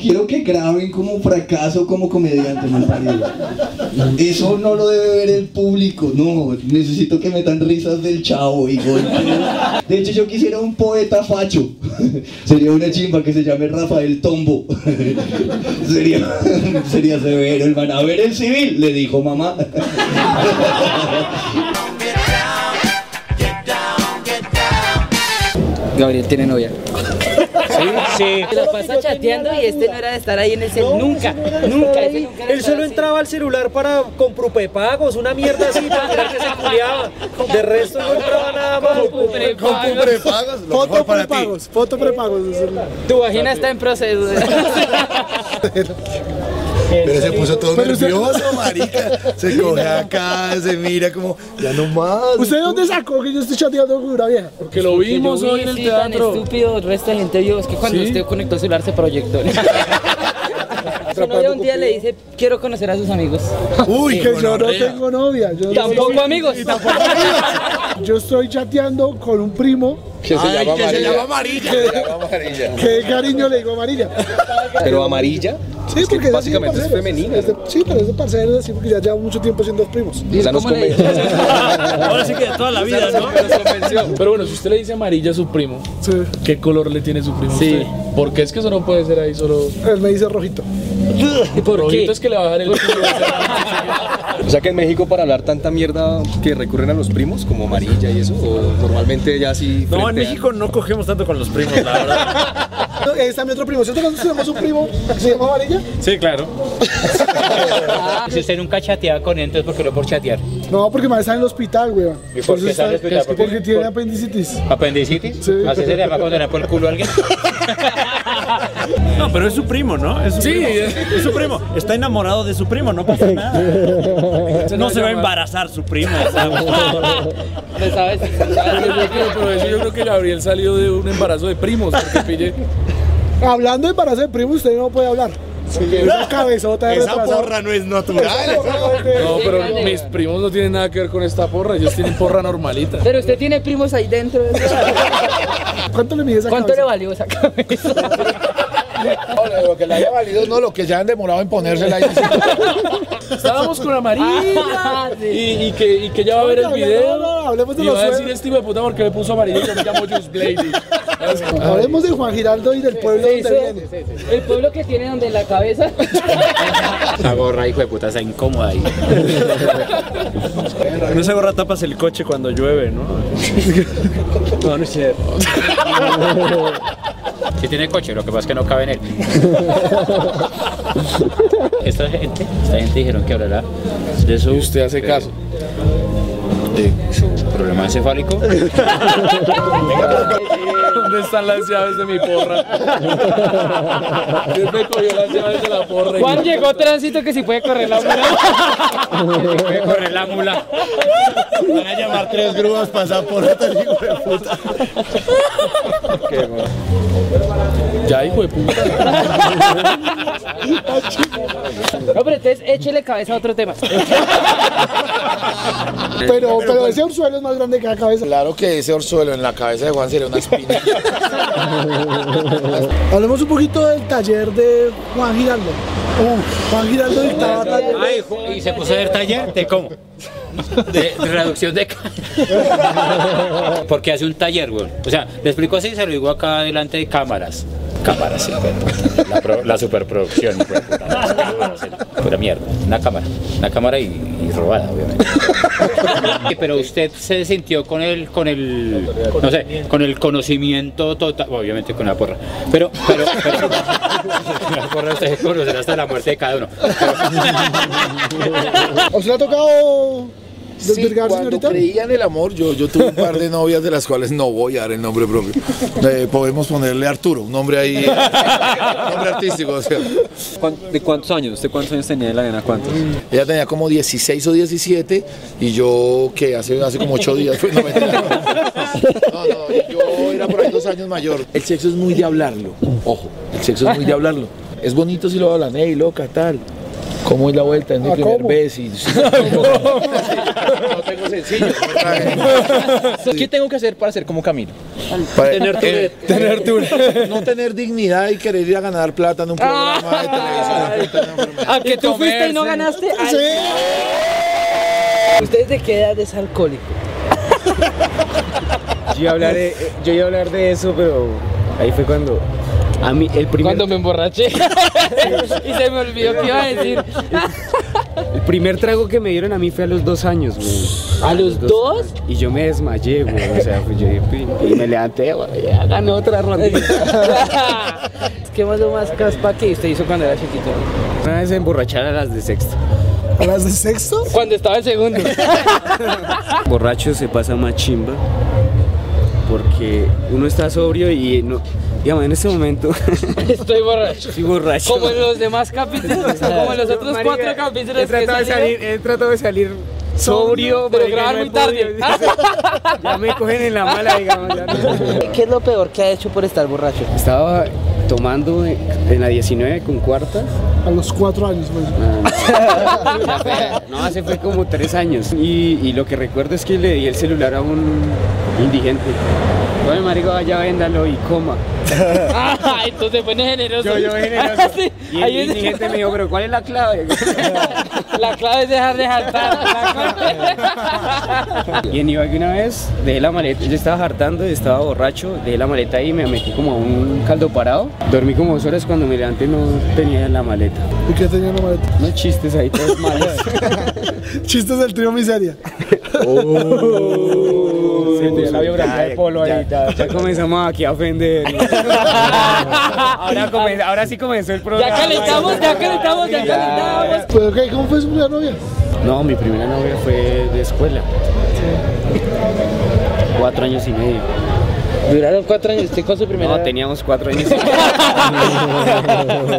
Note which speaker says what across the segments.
Speaker 1: quiero que graben como fracaso como comediante, mal parido. Eso no lo debe ver el público, no. Necesito que metan risas del chavo y golpes. De hecho, yo quisiera un poeta facho. Sería una chimba que se llame Rafael Tombo. Sería, sería severo el man. A ver el civil, le dijo mamá.
Speaker 2: Gabriel tiene novia.
Speaker 3: Sí, sí.
Speaker 4: Lo pasa chateando y este no era de estar ahí en el cel. nunca, nunca. ese nunca era de
Speaker 3: Él
Speaker 4: estar
Speaker 3: solo
Speaker 4: así.
Speaker 3: entraba al celular para con prupepagos, una mierda así, para mirar que se culiaba. De resto no entraba nada más.
Speaker 5: Con tu prepagos, lo mejor
Speaker 6: Foto
Speaker 5: para ti.
Speaker 6: prepagos, foto prepagos. eso es lo-
Speaker 4: Tu vagina está en proceso.
Speaker 5: Pero se puso todo
Speaker 6: Pero usted-
Speaker 5: nervioso, marica. Se coge acá, se mira como, ya no más.
Speaker 6: Pues, ¿Usted de dónde sacó que yo estoy chateando con una vieja?
Speaker 7: Porque lo vimos
Speaker 4: Yo vi
Speaker 7: hoy en el
Speaker 4: así Tan
Speaker 7: teatro.
Speaker 4: estúpido, el resto de gente vio. Es que cuando usted conectó el celular se proyectó. Su novia un día le dice, quiero conocer a sus amigos.
Speaker 5: Uy,
Speaker 6: Que yo no
Speaker 5: gonorrea.
Speaker 6: tengo novia. Yo,
Speaker 4: Tampoco amigos.
Speaker 6: yo estoy chateando con un primo
Speaker 7: Que se llama
Speaker 5: Ay, que se llama
Speaker 7: María.
Speaker 5: amarilla. Se llama amarilla.
Speaker 6: que de cariño le digo amarilla.
Speaker 7: Pero amarilla.
Speaker 6: Sí, es porque es así de
Speaker 7: básicamente es
Speaker 6: parceros.
Speaker 7: femenina.
Speaker 6: Es de- sí, pero es de parceros así porque ya llevamos mucho tiempo siendo primos.
Speaker 7: O sea, nos conven-
Speaker 3: Ahora sí que de toda la vida, ¿no?
Speaker 7: nos convenció. Pero bueno, si usted le dice amarilla a su primo,
Speaker 6: Sí.
Speaker 7: ¿qué color le tiene su primo? a
Speaker 4: Sí.
Speaker 7: usted? Porque es que eso no puede ser ahí solo.
Speaker 6: Él me dice rojito.
Speaker 4: ¿Y por qué?
Speaker 7: Rojito es que le va a dar el.
Speaker 8: O sea que en México para hablar tanta mierda que recurren a los primos como amarilla y eso, o normalmente ya así...
Speaker 3: No,
Speaker 8: frente
Speaker 3: en
Speaker 8: a-
Speaker 3: México no cogemos tanto con los primos, la verdad.
Speaker 6: No, Ahí está mi otro primo. ¿Cierto que nosotros tenemos un primo que se llama amarilla?
Speaker 3: Sí, claro.
Speaker 9: Si usted nunca chatea con él, entonces ¿por qué no por chatear?
Speaker 6: No, porque me está en el hospital, weón.
Speaker 9: ¿Y por qué está en el hospital? ¿Por Ah, qué?
Speaker 6: Porque tiene apendicitis.
Speaker 9: ¿Apendicitis?
Speaker 6: Sí.
Speaker 9: ¿Así se le llama cuando le da por el culo a alguien?
Speaker 3: No, pero es su primo, ¿no? Es su
Speaker 7: Sí,
Speaker 3: primo.
Speaker 7: eh, es-
Speaker 3: es su primo. Está enamorado de su primo, no pasa nada. No se va a embarazar su primo.
Speaker 4: ¿Lo sabes?
Speaker 7: Pero yo creo, pero eso yo creo que Gabriel salió de un embarazo de primos, porque pille.
Speaker 6: Hablando de embarazo de primo, usted no puede hablar. Una cabezota de
Speaker 5: Esa
Speaker 6: retrasado.
Speaker 5: porra no es natural.
Speaker 6: Esa porra, güey.
Speaker 7: No, pero mis primos no tienen nada que ver con esta porra, ellos tienen porra normalita.
Speaker 4: Pero usted tiene primos ahí dentro.
Speaker 6: ¿Cuánto le mide esa
Speaker 4: ¿Cuánto le
Speaker 6: cabeza?
Speaker 4: valió esa cabeza?
Speaker 5: Lo que le haya valido, no, lo que se han demorado en ponérsela ahí.
Speaker 7: Estábamos con amarilla
Speaker 4: Ah, sí.
Speaker 7: y, y que, y que ya va a ver el
Speaker 6: Oiga,
Speaker 7: video.
Speaker 6: no, no, no,
Speaker 4: Pues
Speaker 6: hablemos de
Speaker 7: y
Speaker 6: los
Speaker 7: va a decir
Speaker 6: suegros.
Speaker 7: este hijo de puta porque me puso amarilla y yo me llamo Just Blady.
Speaker 6: Hablemos de Juan Giraldo y del pueblo
Speaker 4: Sí,
Speaker 6: donde
Speaker 4: sí,
Speaker 6: viene.
Speaker 4: sí, sí. El pueblo que tiene donde la cabeza.
Speaker 9: La gorra, hijo de puta, está incómoda ahí.
Speaker 3: Con esa gorra tapas el coche cuando llueve, ¿no? No, no es cierto.
Speaker 9: Si tiene coche, lo que pasa es que no cabe en él. Esta gente, esta gente dijeron que hablará de su...
Speaker 7: Y usted hace caso.
Speaker 9: De su problema encefálico.
Speaker 7: ¿Dónde están las llaves de mi porra? Él me cogió las llaves de la porra. y-
Speaker 4: Juan llegó tránsito que si puede correr la
Speaker 9: Voy a correr la mula.
Speaker 5: Van a llamar tres grúas para esa porra tan hijo de puta.
Speaker 7: Ya, hijo de puta.
Speaker 4: No, pero entonces échele cabeza a otro tema.
Speaker 6: Pero, pero ese Ursuelo es más grande que la cabeza.
Speaker 5: Claro que ese orzuelo en la cabeza de Juan sería una espina.
Speaker 6: Hablemos un poquito del taller de Juan Giraldo. Uh, Juan Giraldo dictaba taller.
Speaker 9: Ay, Ah, hijo, y se puso a ver taller de cómo? De reducción de Porque hace un taller, güey. O sea, le explico así y se lo digo acá delante de cámaras. Cámaras, sí, güey. la, pro- la superproducción, güey. Las cámaras, sí. Pura mierda. Una cámara. Una cámara y, y robada, obviamente. Sí, Pero usted se sintió con el, con el, no sé, con el conocimiento total, obviamente con la porra. Pero, pero, pero con la porra usted se conocerá hasta la muerte de cada uno.
Speaker 6: ¿A usted le ha tocado
Speaker 5: Sí,
Speaker 6: desvirgar,
Speaker 5: cuando
Speaker 6: señorita?
Speaker 5: creía en el amor, yo, yo tuve un par de novias de las cuales no voy a dar el nombre propio. Eh, podemos ponerle Arturo, un nombre ahí, eh, un nombre artístico. o sea.
Speaker 2: ¿Cuán- ¿De cuántos años? ¿Usted cuántos años tenía en la nena? ¿Cuántos?
Speaker 5: Ella tenía como 16 o 17 y yo, que hace, hace como 8 días, pues, no, mentira. no, no, yo era por ahí dos años mayor.
Speaker 8: El sexo es muy de hablarlo, ojo, el sexo es muy de hablarlo. Es bonito si lo hablan, hey, loca, tal.
Speaker 7: ¿Cómo es la vuelta? Es mi
Speaker 6: ¿A
Speaker 7: primer
Speaker 6: cómo?
Speaker 7: vez y...
Speaker 8: No tengo sencillo.
Speaker 7: ¿Qué tengo que hacer para ser como Camilo?
Speaker 5: Para-
Speaker 10: Tener tu
Speaker 5: eh,
Speaker 7: Tener tú.
Speaker 5: no tener dignidad y querer ir a ganar plata en un programa de televisión.
Speaker 4: Aunque tú fuiste y no ganaste. ay. ¿Ustedes de qué edad es alcohólico?
Speaker 3: Yo iba a hablar de, yo iba a hablar de eso, pero ahí fue cuando a mí el primer,
Speaker 4: Cuando me emborraché. y se me olvidó que iba a decir.
Speaker 3: el primer trago que me dieron a mí fue a los dos años, güey.
Speaker 4: ¿A los
Speaker 3: años.
Speaker 4: dos?
Speaker 3: Y yo me desmayé, güey. O sea, pues yo dije, "Pin", y me levanté, güey, ya gané otra rondita.
Speaker 4: ¿Qué más lo más caspa que usted hizo cuando era chiquito?
Speaker 3: Una vez emborrachar a las de sexto.
Speaker 6: ¿A las de sexto?
Speaker 4: Cuando estaba en segundo.
Speaker 3: Borracho se pasa más chimba porque uno está sobrio y no, digamos, en ese momento
Speaker 4: Estoy borracho.
Speaker 3: estoy borracho.
Speaker 4: Como en los demás capítulos, como en los otros
Speaker 3: Marica,
Speaker 4: cuatro capítulos
Speaker 3: he tratado
Speaker 4: que
Speaker 3: de salir, he tratado de salir sobrio,
Speaker 4: pero
Speaker 3: marica,
Speaker 4: grabar
Speaker 3: no he
Speaker 4: muy tarde.
Speaker 3: podido. ya me cogen en la mala, digamos. ya no.
Speaker 4: ¿Qué es lo peor que ha hecho por estar borracho?
Speaker 3: Estaba tomando en en la 19 con cuartas.
Speaker 6: A los cuatro años, pues. güey.
Speaker 3: No, hace fue como tres años. Y, y lo que recuerdo es que le di el celular a un indigente. Bueno, marico, vaya, véndalo y coma.
Speaker 4: Ah, entonces fue generoso.
Speaker 3: Yo, yo, generoso.
Speaker 4: Sí,
Speaker 3: Y el
Speaker 4: ahí es-
Speaker 3: indigente me dijo, pero ¿cuál es la clave?
Speaker 4: La clave es dejar de jaltar.
Speaker 3: Y en Ibagué una vez dejé la maleta, yo estaba hartando, estaba borracho, dejé la maleta ahí y me metí como a un caldo parado. Dormí como dos horas cuando me levanté no tenía la maleta.
Speaker 6: ¿Y qué tenía en la maleta?
Speaker 3: No chistes ahí todos malos.
Speaker 6: Chistes del trío miseria.
Speaker 3: Se
Speaker 4: pues,
Speaker 3: te dio la biografía de Polo ahí. Ya, ya comenzamos aquí a ofender. ahora, comen- ahora sí comenzó el
Speaker 4: ya
Speaker 3: programa.
Speaker 4: calentamos, ya calentamos, ya calentamos.
Speaker 6: Pero, ok, ¿cómo fue su primera novia?
Speaker 3: No, mi primera novia fue de escuela. Cuatro años y medio.
Speaker 4: Duraron cuatro años, usted con su primera.
Speaker 3: No, teníamos cuatro años y medio.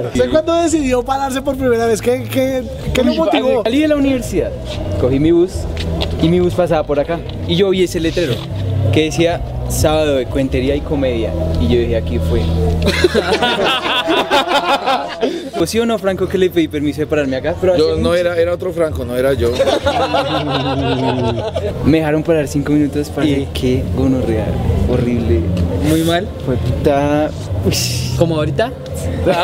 Speaker 6: ¿Usted cuándo decidió pararse por primera vez? ¿Qué, qué, qué lo motivó?
Speaker 3: Salí de la universidad, cogí mi bus y mi bus pasaba por acá. Y yo vi ese letrero que decía sábado de cuentería y comedia. Y yo dije, aquí fue. pues sí o no, Franco, que le pedí permiso de pararme acá, pero
Speaker 5: Yo no era, era otro Franco, no era yo.
Speaker 3: me dejaron parar cinco minutos para que qué gonorrea, horrible. Muy mal. Fue puta.
Speaker 4: ¿Como ahorita?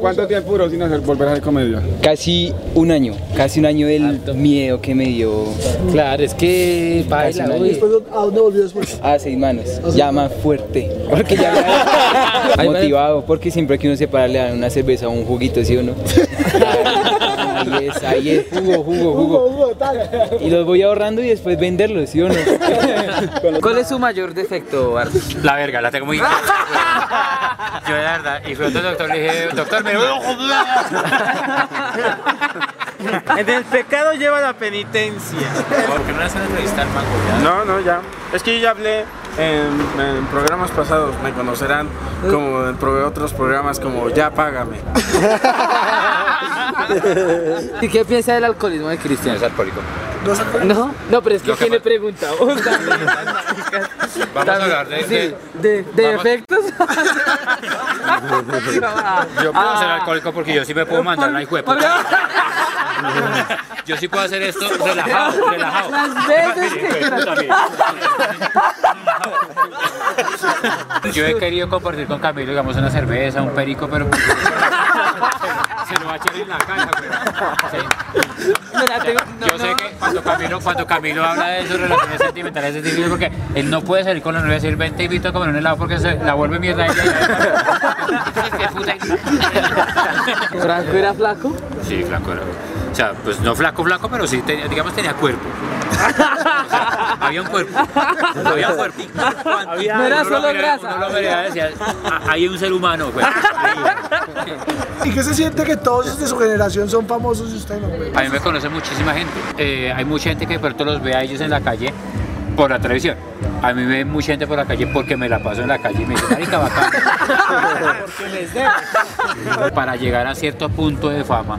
Speaker 8: ¿Cuánto tiempo duró sin hacer volver a hacer comedia?
Speaker 3: Casi un año, casi un año del miedo que me dio
Speaker 4: Claro, es que baila, güey.
Speaker 6: Después, ¿A dónde volvió después?
Speaker 9: Ah,
Speaker 3: a seis manos. Ya más fuerte. Porque ya me- motivado, porque siempre que uno se para le dan una cerveza o un juguito, ¿sí o no? Ahí es, ahí es, jugo, jugo,
Speaker 6: Hugo,
Speaker 3: jugo.
Speaker 6: Hugo, tal.
Speaker 3: Y los voy ahorrando y después venderlos, ¿sí o no?
Speaker 4: ¿Cuál es su mayor defecto, Bart?
Speaker 9: La verga, la tengo muy. Yo de verdad, y fue otro doctor, le dije, doctor, me voy
Speaker 3: En el pecado lleva la penitencia.
Speaker 9: Porque no le hacen entrevista al mango, ya.
Speaker 11: No, no, ya. Es que yo ya hablé en, en programas pasados, me conocerán como en pro- otros programas como Ya Págame.
Speaker 4: ¿Y qué piensa del alcoholismo de Cristian?
Speaker 9: Es alcohólico.
Speaker 4: No, no, pero es que
Speaker 9: Lo que
Speaker 4: ¿qué le
Speaker 9: pasa-
Speaker 4: preguntamos?
Speaker 9: Vamos a hablar de. de-
Speaker 4: ¿De, de
Speaker 9: Vamos.
Speaker 4: efectos?
Speaker 9: Yo puedo ser
Speaker 4: Ah.
Speaker 9: alcohólico porque yo sí me puedo mandar una hijo de puta. Yo sí puedo hacer esto relajado, relajado.
Speaker 4: Las veces
Speaker 9: Mire, pues, hijo de puta, mire. Yo he querido compartir con Camilo, digamos, una cerveza, un perico, pero pues, se lo va a echar en la cara. pero, sí.
Speaker 4: No la tengo. No,
Speaker 9: Yo sé
Speaker 4: no.
Speaker 9: que cuando Camilo, cuando Camilo habla de sus relaciones sentimentales es difícil porque él no puede salir con la novia y decir, ven, te invito a comer un helado porque se la vuelve mierda a ella.
Speaker 4: Franco era flaco.
Speaker 9: Sí, flaco era. O sea, pues no flaco, flaco, pero sí, tenía- digamos, tenía cuerpo. O sea, había un cuerpo. Había un cuerpo.
Speaker 4: No era
Speaker 9: Uno lo
Speaker 4: solo
Speaker 9: miraba-
Speaker 4: grasa.
Speaker 9: uno lo miraba y decía, "Ah, hay un ser humano, güey.
Speaker 6: ¿Y qué se siente que todos de su generación son famosos y usted no? güey?
Speaker 9: A mí me conoce muchísima gente. Eh, hay mucha gente que de pronto los ve a ellos en la calle por la televisión. A mí me ve mucha gente por la calle porque me la paso en la calle y me dice, marica, bacán". Para llegar a cierto punto de fama,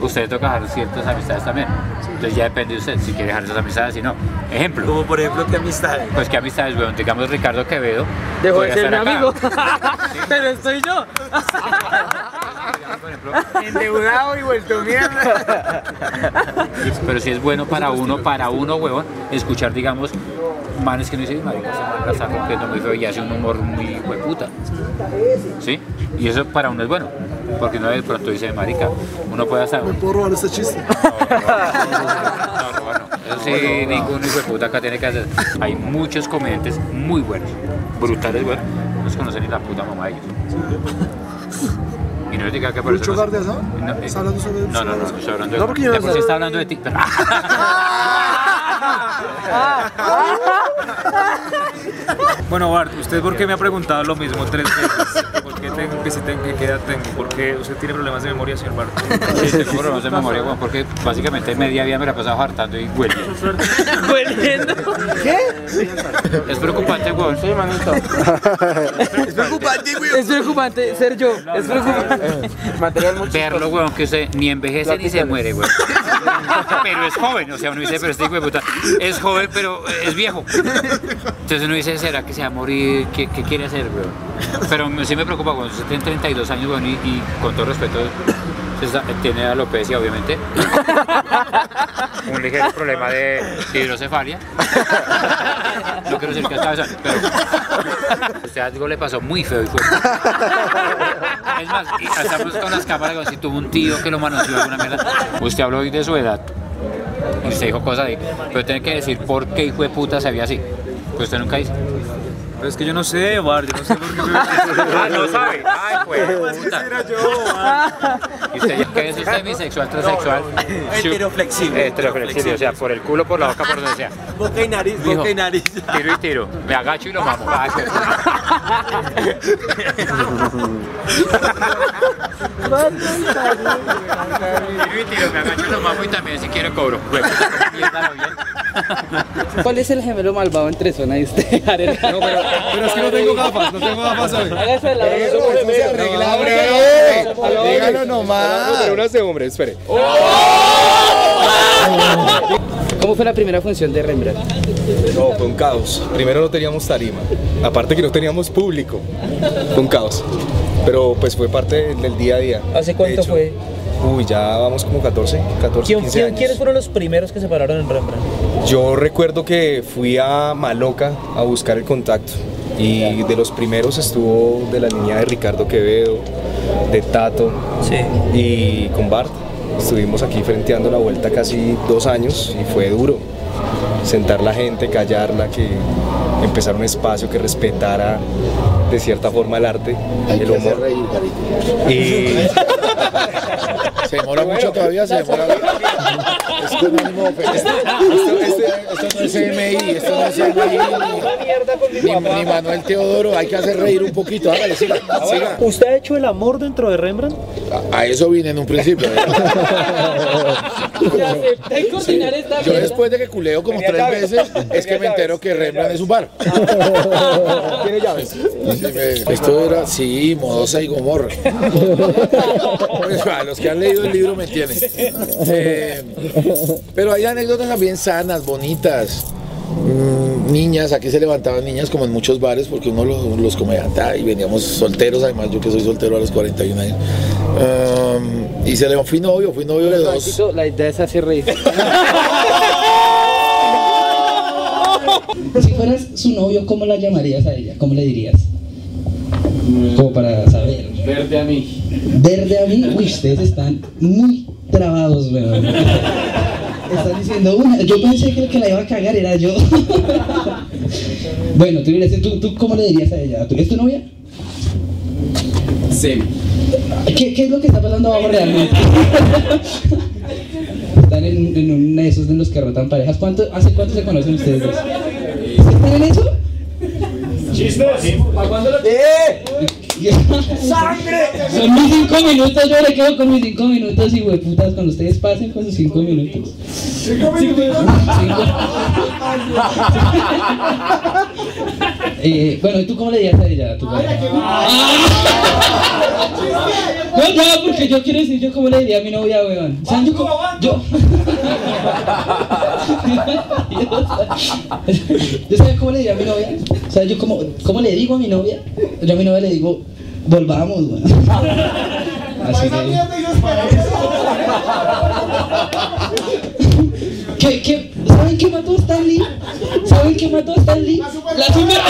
Speaker 9: usted toca dejar ciertas amistades también. Entonces ya depende de usted si quiere dejar esas amistades, si no. Ejemplo. Como por ejemplo, ¿qué amistades? Pues qué amistades, weón. Digamos Ricardo Quevedo.
Speaker 4: Dejó de ser
Speaker 9: podría
Speaker 4: mi
Speaker 9: estar acá.
Speaker 4: amigo. Pero estoy yo.
Speaker 12: Endeudado y vuelto mierda.
Speaker 9: Pero si es bueno para uno, para uno, huevón, escuchar, digamos, manes que no dicen, marica, ese man la está rompiendo muy feo y hace un humor muy hueputa. ¿Sí? Y eso para uno es bueno, porque uno de pronto dice, marica, uno puede hacer...
Speaker 6: Me puedo robar ese chiste.
Speaker 9: Eso sí, ninguno hijo de puta acá tiene que hacer. Hay muchos comediantes muy buenos, brutales, buenos. No se conocen ni la puta mamá de ellos. Y no les diga que por eso.
Speaker 6: ¿Mucho
Speaker 9: no se-
Speaker 6: Garde Asado?
Speaker 9: No, eh,
Speaker 6: ¿Está hablando sobre
Speaker 9: no, no, no, estoy hablando de.
Speaker 6: No, porque yo
Speaker 9: de
Speaker 6: no
Speaker 9: por sí
Speaker 6: sé.
Speaker 9: está hablando de ti. pero-
Speaker 13: Bueno, Bart, ¿usted por qué me ha preguntado lo mismo tres veces? ¿Por qué tengo que si tengo que quedar tengo? ¿Por qué usted tiene problemas de memoria, señor Bart?
Speaker 9: Sí, tengo problemas de memoria, weón, porque básicamente media vida me la he pasado hartando y huele.
Speaker 12: Hueliendo. ¿Qué?
Speaker 9: Es preocupante, weón. Sí, manito.
Speaker 4: Es preocupante, Es preocupante ser yo. Es preocupante.
Speaker 9: Verlo, weón, que se ni envejece ni se muere, weón. Pero es joven, o sea, uno dice, pero este hijo de puta es joven, pero es viejo. Entonces uno dice, ¿será que se va a morir? ¿Qué, qué quiere hacer, weón? Pero me- sí me preocupa cuando usted tiene 32 años, weón, y, y con todo respeto, se está- tiene alopecia, obviamente. Un ligero problema de hidrocefalia. No quiero decir que está pero. O sea, algo le pasó muy feo y fue. Es más, y estamos con las cámaras como si tuvo un tío que lo manoseó de alguna manera. Usted habló hoy de su edad. Y usted dijo cosas de. Pero tiene que decir por qué hijo de puta se veía así. Que usted nunca dice.
Speaker 13: Pero es que yo no sé, Bart, yo no sé por qué me... Ah, no sabe. Ay, pues. Quisiera yo,
Speaker 9: Y usted ya que es usted bisexual, transexual. Heteroflexible. Heteroflexible, o sea, por el culo, por la boca, por donde sea.
Speaker 13: Boca y nariz,
Speaker 9: Dijo,
Speaker 13: boca y nariz.
Speaker 9: Tiro y tiro. Me agacho y lo mamo. Ay, pues. Tiro y tiro, me agacho y lo mamo y también si quiere cobro.
Speaker 4: ¿Cuál es el gemelo malvado entre zona y usted, Arena? No, pero,
Speaker 12: es que no tengo gafas, no tengo gafas hoy.
Speaker 4: Hágase la
Speaker 12: Eso, eso se arregla, hombre. Dígalo nomás.
Speaker 8: Pero uno hace hombre, espere.
Speaker 4: ¿Cómo fue la primera función de Rembrandt?
Speaker 8: No, fue un caos. Primero no teníamos tarima. Aparte que no teníamos público. Fue un caos. Pero pues fue parte del día a día.
Speaker 10: ¿Hace cuánto fue?
Speaker 8: Uy, ya vamos como 14, 14,
Speaker 10: ¿Quién,
Speaker 8: 15
Speaker 10: quién-
Speaker 8: años.
Speaker 10: ¿Quiénes fueron los primeros que se pararon en Rembrandt?
Speaker 8: Yo recuerdo que fui a Maloca a buscar el contacto y de los primeros estuvo de la niña de Ricardo Quevedo, de Tato y con Bart. Estuvimos aquí frenteando la vuelta casi dos años y fue duro. Sentar la gente, callarla, que empezar un espacio que respetara de cierta forma el arte, el humor. Y
Speaker 5: Se demora mucho todavía, se demora. Es que no animo, pero esto, esto, esto- esto no es CMI, esto no es CMI. Ni, ni Manuel Teodoro, hay que hacer reír un poquito. Hágale, siga, siga.
Speaker 10: ¿Usted ha hecho el amor dentro de Rembrandt?
Speaker 5: A eso vine en un principio. eh. Yo después de que culeo como tres veces, es que me entero que Rembrandt es un bar.
Speaker 8: ¿Tiene llaves?
Speaker 5: Esto era, sí, Modosa y Gomorra. Pues, para los que han leído el libro me entienden. Eh, pero hay anécdotas también sanas, bonitas. Mm, Niñas, aquí se levantaban niñas como en muchos bares, porque uno los, los comedianta y veníamos solteros, además yo que soy soltero a los 41 años. Um, y se le fui novio, fui novio de dos.
Speaker 4: La idea es hacer reír.
Speaker 1: Si fueras su novio, ¿cómo la llamarías a ella? ¿Cómo le dirías? Como para saber.
Speaker 14: Verde a mí.
Speaker 1: Verde a mí, uy, ustedes están muy trabados, weón. Están diciendo una. Yo pensé que el que la iba a cagar era yo. bueno, tú, dirías, ¿tú, tú cómo le dirías a ella? ¿Tú eres tu novia?
Speaker 14: Sí.
Speaker 1: ¿Qué, qué es lo que está pasando abajo realmente? Están en, en un de esos de los que rotan parejas. ¿Cuánto, ¿Hace cuánto se conocen ustedes dos? ¿Ustedes tienen eso?
Speaker 14: ¡Chistes! ¿Para cuándo lo ¡Sangre!
Speaker 1: Son mis cinco minutos, yo le quedo con mis cinco minutos y putas, cuando ustedes pasen con sus cinco minutos.
Speaker 12: Cinco minutos.
Speaker 1: Eh, bueno, ¿y tú cómo le dirías a ella? a tu pareja? Ah. No, ya, porque yo quiero decir yo cómo le diría a mi novia, weón. ¿Saben yo cómo? Yo. ¿Yo sabes cómo le diría a mi novia? O sea, yo cómo, cómo le digo a mi novia? Yo a mi novia le digo, volvamos, weón. Así
Speaker 12: Esa
Speaker 1: que...
Speaker 12: mierda y yo esperaba.
Speaker 1: ¿Qué, qué? ¿Saben qué mató a Stan Lee? ¿Saben qué mató a Stan Lee? La super...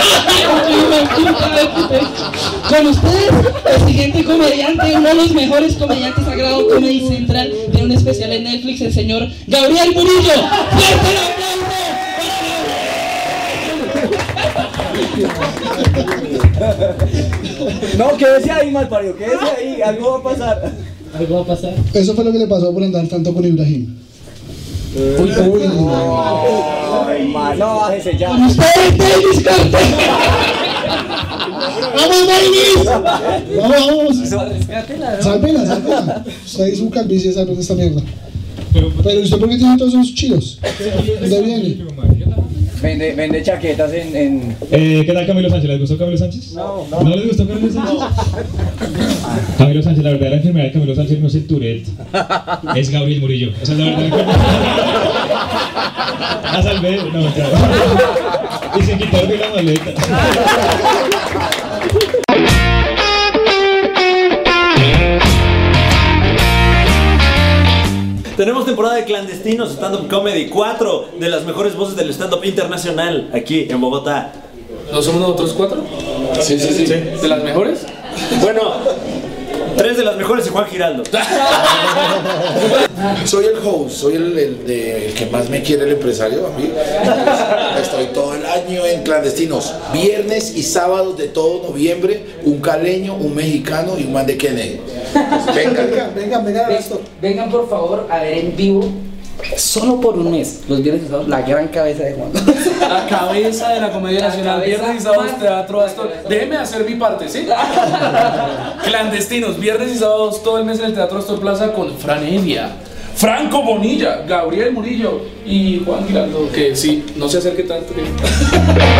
Speaker 1: Con ustedes, el siguiente comediante, uno de los mejores comediantes sagrado Comedy Central, tiene un especial en Netflix, el señor Gabriel Murillo. ¡Fuerte
Speaker 15: No, quédese ahí, mal parido, quédese ahí, algo va a pasar.
Speaker 1: Algo va a pasar.
Speaker 16: Eso fue lo que le pasó por andar tanto con Ibrahim. Uy, uy,
Speaker 15: No, bájese ya.
Speaker 1: ¡Con ustedes, Davis Cortés!
Speaker 16: ¡Vamos, Davis! ¡Vamos, vamos! Sálvela, sálvela. Usted hizo un calvicie, sálvela esta mierda. Pero usted, ¿por qué tiene todos esos chidos? ¿Dónde viene?
Speaker 15: Vende, vende chaquetas en. en...
Speaker 17: Eh, ¿Qué tal Camilo Sánchez? ¿Les gustó Camilo Sánchez?
Speaker 15: No,
Speaker 17: ¿No les gustó Camilo Sánchez? Camilo Sánchez, la verdadera enfermedad de Camilo Sánchez no es el Tourette, es Gabriel Murillo. Esa es la verdadera enfermedad. La salvé, no, mentira. Y se quitó de la maleta.
Speaker 18: Tenemos temporada de clandestinos Stand-Up Comedy 4 de las mejores voces del stand-up internacional aquí en Bogotá.
Speaker 7: ¿No somos nosotros cuatro? Sí, sí, sí. ¿De las mejores?
Speaker 18: Bueno, tres de las mejores y Juan Giraldo.
Speaker 5: Soy el host, soy el, el de- el que más me quiere el empresario a mí. Estoy todo el año en clandestinos. Viernes y sábados de todo noviembre, un caleño, un mexicano y un man de Kennedy. Venga.
Speaker 6: vengan, vengan esto.
Speaker 4: Vengan por favor a ver en vivo, solo por un mes, los viernes y sábados, la gran cabeza de Juan.
Speaker 7: La cabeza de la Comedia Nacional, viernes y sábados, teatro, Astor. Déjeme hacer mi parte, ¿sí? Clandestinos, viernes y sábados, todo el mes en el Teatro Astor Plaza con Fran Evia, Franco Bonilla, Gabriel Murillo y Juan Giraldo, que sí, no se acerque tanto. que-